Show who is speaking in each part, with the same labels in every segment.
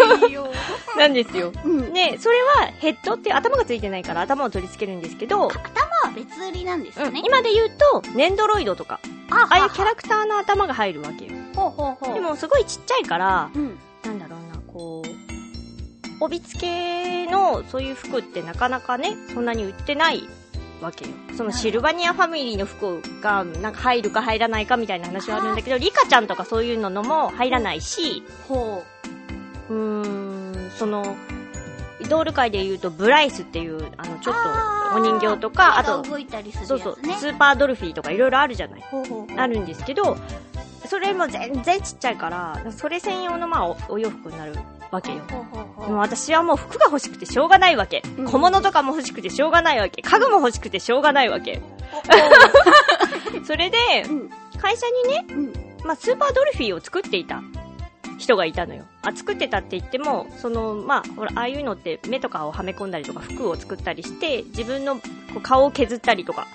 Speaker 1: 怖いよ。
Speaker 2: なんですよ。
Speaker 1: うん。
Speaker 2: で、それは、ヘッドっていう頭がついてないから頭を取り付けるんですけど、
Speaker 1: まあ、別売りなんです
Speaker 2: う
Speaker 1: よ
Speaker 2: ん
Speaker 1: ね。
Speaker 2: 今で言うと、ネンドロイドとか、
Speaker 1: あ
Speaker 2: ああいうキャラクターの頭が入るわけよ。
Speaker 1: ほうほうほう。
Speaker 2: で、も、すごいちっちゃいから、
Speaker 1: うん。
Speaker 2: なんだろうな、こう、帯付けのそういう服ってなかなかね、そんなに売ってないわけよ。そのシルバニアファミリーの服がなんか入るか入らないかみたいな話はあるんだけど、リカちゃんとかそういうののも入らないし、
Speaker 1: ほ
Speaker 2: うーん、その、ドール界で言うとブライスっていう、あの、ちょっ
Speaker 1: あー
Speaker 2: とお人形と
Speaker 1: う。
Speaker 2: か、あ
Speaker 1: 手
Speaker 2: と
Speaker 1: が、動いたりす
Speaker 2: そ
Speaker 1: る
Speaker 2: う
Speaker 1: や
Speaker 2: そう
Speaker 1: つ、ね。
Speaker 2: スーパードルフィーとかいろいろあるじゃない。
Speaker 1: ほうほうほう。
Speaker 2: あるんですけど、それも全然ちっちゃいから、それ専用のまあおお洋服になるわけよ。
Speaker 1: ほうほうほう
Speaker 2: もう私はもう服が欲しくてしょうがないわけ
Speaker 1: うん。
Speaker 2: 小物とかも欲しくてしょうがないわけ。家具も欲しくてしょうがないわけ。それで、
Speaker 1: うん。
Speaker 2: 会社にね、
Speaker 1: うん。
Speaker 2: まあ、スーパードルフィーを作っていた人がいたのよ。あ、作ってたって言っても、その、まあ、ほら、ああいうのって目とかをはめ込んだりとか服を作ったりして、自分のこう顔を削ったり とか。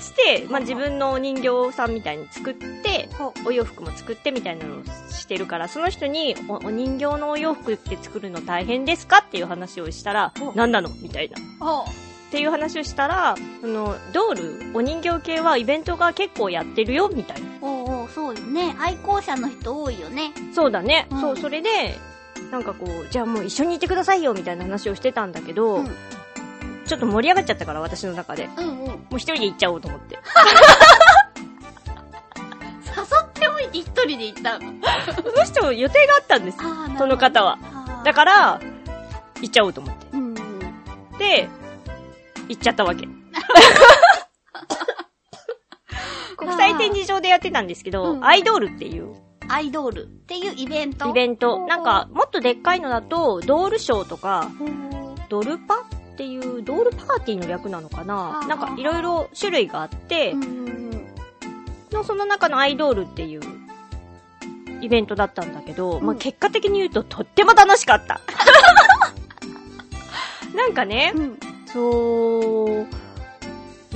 Speaker 2: して、まあ、自分のお人形さんみたいに作って、
Speaker 1: ほ
Speaker 2: お洋服も作ってみたいなのをしてるから、その人にお、お人形のお洋服って作るの大変ですかっていう話をしたら
Speaker 1: お、
Speaker 2: 何なのみたいな。っ
Speaker 1: う。ほう。
Speaker 2: ていう話をしたら、あの、ドール、お人形系はイベントが結構やってるよ、みたいな。
Speaker 1: おうおうそうよね愛好者の人多いよね
Speaker 2: そうだね。
Speaker 1: うん
Speaker 2: そう、それで、なんかこう、じゃあもう一緒にいてくださいよ、みたいな話をしてたんだけど、
Speaker 1: うん
Speaker 2: ちょっと盛り上がっちゃったから、私の中で。も
Speaker 1: うんうん誘
Speaker 2: う一人で行っちゃおうと思って。
Speaker 1: っておいて一人で行ったの
Speaker 2: その人、予定があったんです。
Speaker 1: ああ
Speaker 2: その方は。だから、行っちゃおうと思って。
Speaker 1: らうんうん
Speaker 2: で、行っちゃったわ け。国際展示場でやってたんですけど、
Speaker 1: うん
Speaker 2: アイドールっていう
Speaker 1: アイドールっていうイベント。
Speaker 2: イベント、なんか、もっとでっかいのだと、ドールショーとか、ドルパっていう、ドールパーティーの略なのかな
Speaker 1: あ
Speaker 2: なんかいろいろ種類があって、のその中のアイドールっていうイベントだったんだけど、
Speaker 1: うん
Speaker 2: まあ結果的に言うととっても楽しかった。 なんかね、
Speaker 1: うん。
Speaker 2: そう、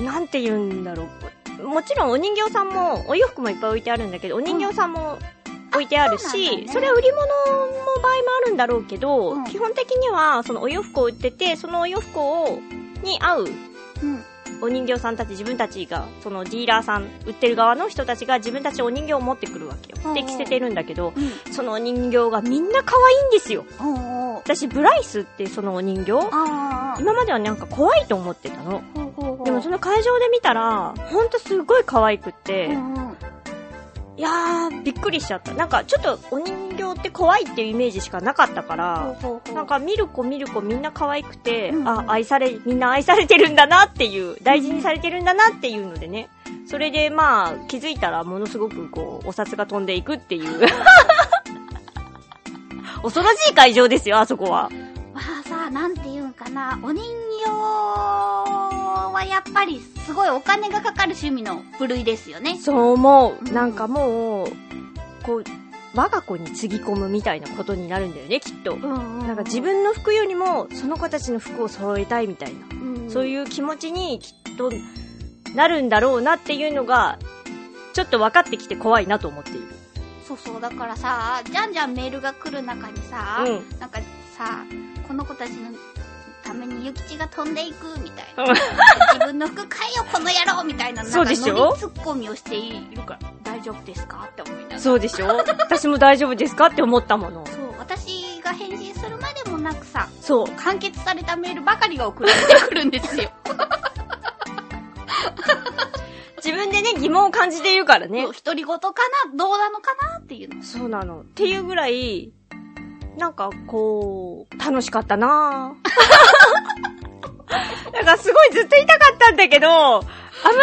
Speaker 2: なんて言うんだろう。もちろんお人形さんも、お洋服もいっぱい置いてあるんだけど、お人形さんも置いてある
Speaker 1: あそうなんだ
Speaker 2: し、
Speaker 1: ね
Speaker 2: それは売り物の場合もあるんだろうけど、
Speaker 1: うん
Speaker 2: 基本的にはそのお洋服を売ってて、そのお洋服を、に合う
Speaker 1: うん。
Speaker 2: お人形さんたち自分たちがそのディーラーさん売ってる側の人たちが自分たちお人形を持ってくるわけ
Speaker 1: うんう
Speaker 2: よ
Speaker 1: ん
Speaker 2: で着せてるんだけど
Speaker 1: うん。
Speaker 2: そのお人形がみんな可愛いんですよ
Speaker 1: おうおう
Speaker 2: 私ブライスってそのお人形
Speaker 1: ああ。
Speaker 2: 今まではなんか怖いと思ってたの
Speaker 1: ほうほうほう
Speaker 2: でもその会場で見たらほんとすごい可愛くって、
Speaker 1: うんうん
Speaker 2: いやーびっくりしちゃったなんかちょっとお人形って怖いっていうイメージしかなかったか
Speaker 1: ほう
Speaker 2: ら
Speaker 1: ほうほう
Speaker 2: なんか見る子見る子みんな可愛くて、
Speaker 1: うん
Speaker 2: あ、愛され、みんな愛されてるんだなっていう、大事にされてるんだなっていうのでね。それでまあ気づいたらものすごくこう、お札が飛んでいくっていう。 恐ろしい会場ですよ、あそこは。
Speaker 1: まあさ、なんていうんかな、お人形はやっぱりすごいお金がかかる趣味の部類ですよね。
Speaker 2: そう思
Speaker 1: う
Speaker 2: う。
Speaker 1: ん
Speaker 2: なんかもう、こう、我が子につぎ込むみたいなことになるんだよね、きっと。
Speaker 1: うん
Speaker 2: なんか自、分の服よりも、その子たちの服を揃えたいみたいな。そう
Speaker 1: う
Speaker 2: いう気持ちにきっとなるんだろうなっていうのが、ちょっと分かってきて怖いなと思っている。
Speaker 1: ん。そうそう、だからさ、じゃんじゃんメールが来る中にさ、
Speaker 2: う
Speaker 1: なんかさ、この子たちのために諭吉が飛んでいくみたい
Speaker 2: うん
Speaker 1: な。自分の服買えよ、この野郎みたいな、なんか
Speaker 2: そうでしょ
Speaker 1: ノリツッコミをしているから、大丈夫ですかって思いながら。
Speaker 2: ん。そうでしょ 私も大丈夫ですかって思ったもの。
Speaker 1: そう、私が返信するまでもなくさ、
Speaker 2: そう。
Speaker 1: 完結されたメールばかりが送られてくるん ですよ。
Speaker 2: 自分でね、疑問を感じているからね
Speaker 1: そう。独り言かなどうなのかなっていうの。
Speaker 2: そうなの。っていうぐらい、なんかこう、楽しかったな ぁ。なんかすごいずっといたかったんだけど、あま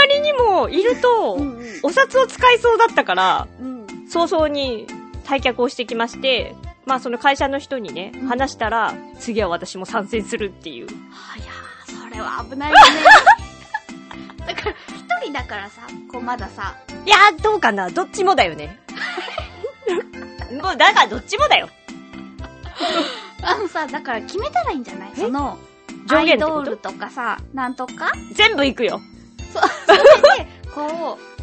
Speaker 2: りにもいると、お札を使いそうだったから、
Speaker 1: うん。
Speaker 2: 早々に退却をしてきまして、まあその会社の人にね
Speaker 1: うん、
Speaker 2: 話したら、次は私も参戦するっていう。
Speaker 1: はやー、それは危ないよね。 だから、一人だからさ、こうまださ、
Speaker 2: いやー、どうかなどっちもだよね。 もう、だからどっちもだよ。
Speaker 1: あのさ、だから決めたらいいんじゃない
Speaker 2: え
Speaker 1: その、ア
Speaker 2: 上限
Speaker 1: イ
Speaker 2: って
Speaker 1: ド
Speaker 2: こ
Speaker 1: ール
Speaker 2: と
Speaker 1: とかさ、なんとか
Speaker 2: 全部行くよ。
Speaker 1: そう、それで、こう、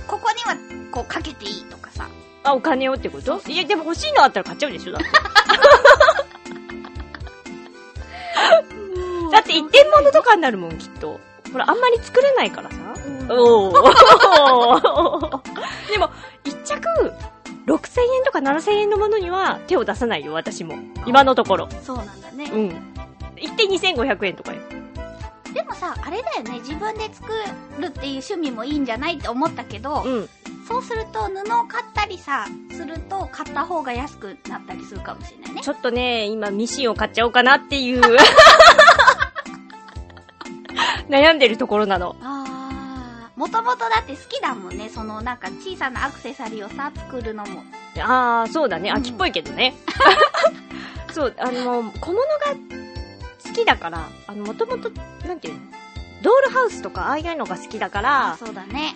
Speaker 1: ここには、こうかけていいとかさ。
Speaker 2: あ、お金をってこといや、でも欲しいのあったら買っちゃうでしょだってだって一点物とかになるもん、きっと。ほら、あんまり作れないからさ。
Speaker 1: うん
Speaker 2: おお。 でも、一着、6000円とか7000円のものには手を出さないよ、私も。今のところ。
Speaker 1: そうなんだね。
Speaker 2: うん。一点2500円とかよ。
Speaker 1: でもさ、あれだよね、自分で作るっていう趣味もいいんじゃないって思ったけど、
Speaker 2: うん。
Speaker 1: そうすると布を買ったりさ、すると買った方が安くなったりするかもしれないね。
Speaker 2: ちょっとね、今ミシンを買っちゃおうかなっていう。 悩んでるところなの。
Speaker 1: あー、もともとだって好きだもんね、そのなんか小さなアクセサリーをさ、作るのも。
Speaker 2: あー、そうだね。
Speaker 1: うん
Speaker 2: 秋っぽいけどね。 そう、あの、小物が好きだから、あの、もともと、なんていうのドールハウスとかああいうのが好きだから、
Speaker 1: そうだね。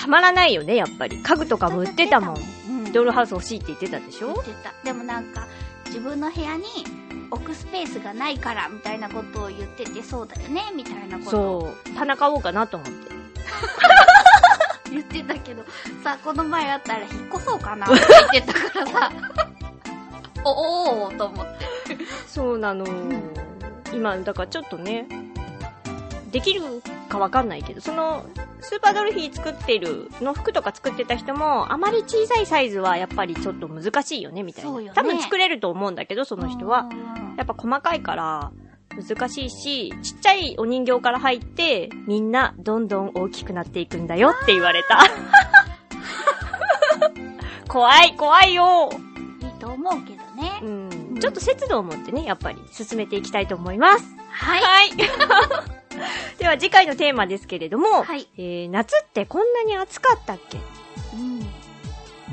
Speaker 2: たまらないよね、やっぱり。家具とかも売ってたもん。
Speaker 1: うん。
Speaker 2: ドールハウス欲しいって言ってたでし
Speaker 1: 売
Speaker 2: ょ
Speaker 1: ってた。でもなんか、自分の部屋に置くスペースがないから、みたいなことを言ってて、そうだよね、みたいなことを
Speaker 2: そう。棚買おうかなと思って。
Speaker 1: 言ってたけど、さ、この前あったら引っ越そうかなって言ってたからさ、 おおーと思って。
Speaker 2: そうなの。
Speaker 1: ん
Speaker 2: 今、だからちょっとね、できるかわかんないけど、その、スーパードルフィー作ってる、の服とか作ってた人も、あまり小さいサイズはやっぱりちょっと難しいよね、みたいな。
Speaker 1: そうよね
Speaker 2: 多分作れると思うんだけど、その人は。
Speaker 1: うん
Speaker 2: やっぱ細かいから、難しいし、ちっちゃいお人形から入って、みんなどんどん大きくなっていくんだよって言わ れた。怖い、怖いよ。
Speaker 1: いいと思うけどね。ね
Speaker 2: う。
Speaker 1: うん
Speaker 2: ん、ちょっと節度を持ってね、やっぱり進めていきたいと思います。
Speaker 1: はい。
Speaker 2: はい。 では次回のテーマですけれども、
Speaker 1: はい
Speaker 2: えー夏ってこんなに暑かったっけ
Speaker 1: うん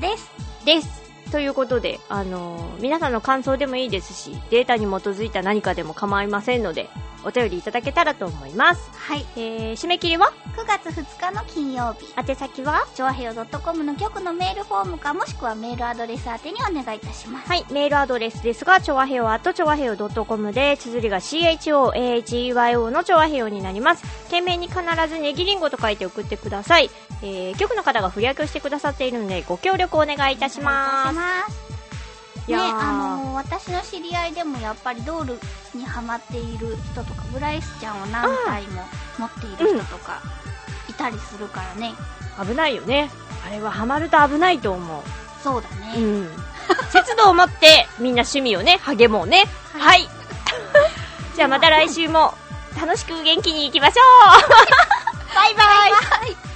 Speaker 1: です。
Speaker 2: です。ということで、あのー皆さんの感想でもいいですし、データに基づいた何かでも構いませんので、お便りいただけたらと思います。
Speaker 1: はい。
Speaker 2: えー、締め切りは
Speaker 1: 9月2日の金曜日。
Speaker 2: 宛先は
Speaker 1: 長平洋 .com の局のメールフォームかもしくはメールアドレス宛てにお願いいたします。
Speaker 2: はい、メールアドレスですが、ちょわへよ at ちょわへよ .com で、綴りが CHOAHEYO のちょわへよになります。懸命に必ずネギリンゴと書いて送ってください。えー、局の方が振り分けをしてくださっているので、ご協力お願いいたし
Speaker 1: お
Speaker 2: ま
Speaker 1: 願
Speaker 2: す。
Speaker 1: いいたします。
Speaker 2: い
Speaker 1: ね、
Speaker 2: やー
Speaker 1: あのー私の知り合いでもやっぱりドールにハマっている人とかブライスちゃんを何回も持っている人とかいたりするからね、
Speaker 2: 危ないよね。あれはハマると危ないと思
Speaker 1: そうだ
Speaker 2: う。う
Speaker 1: ね、
Speaker 2: ん。節度を持って、みんな趣味をね、励もうね。
Speaker 1: は
Speaker 2: はい。 じゃあまた来週も、楽しく元気に行きましょうバイバ
Speaker 1: は
Speaker 2: イ
Speaker 1: い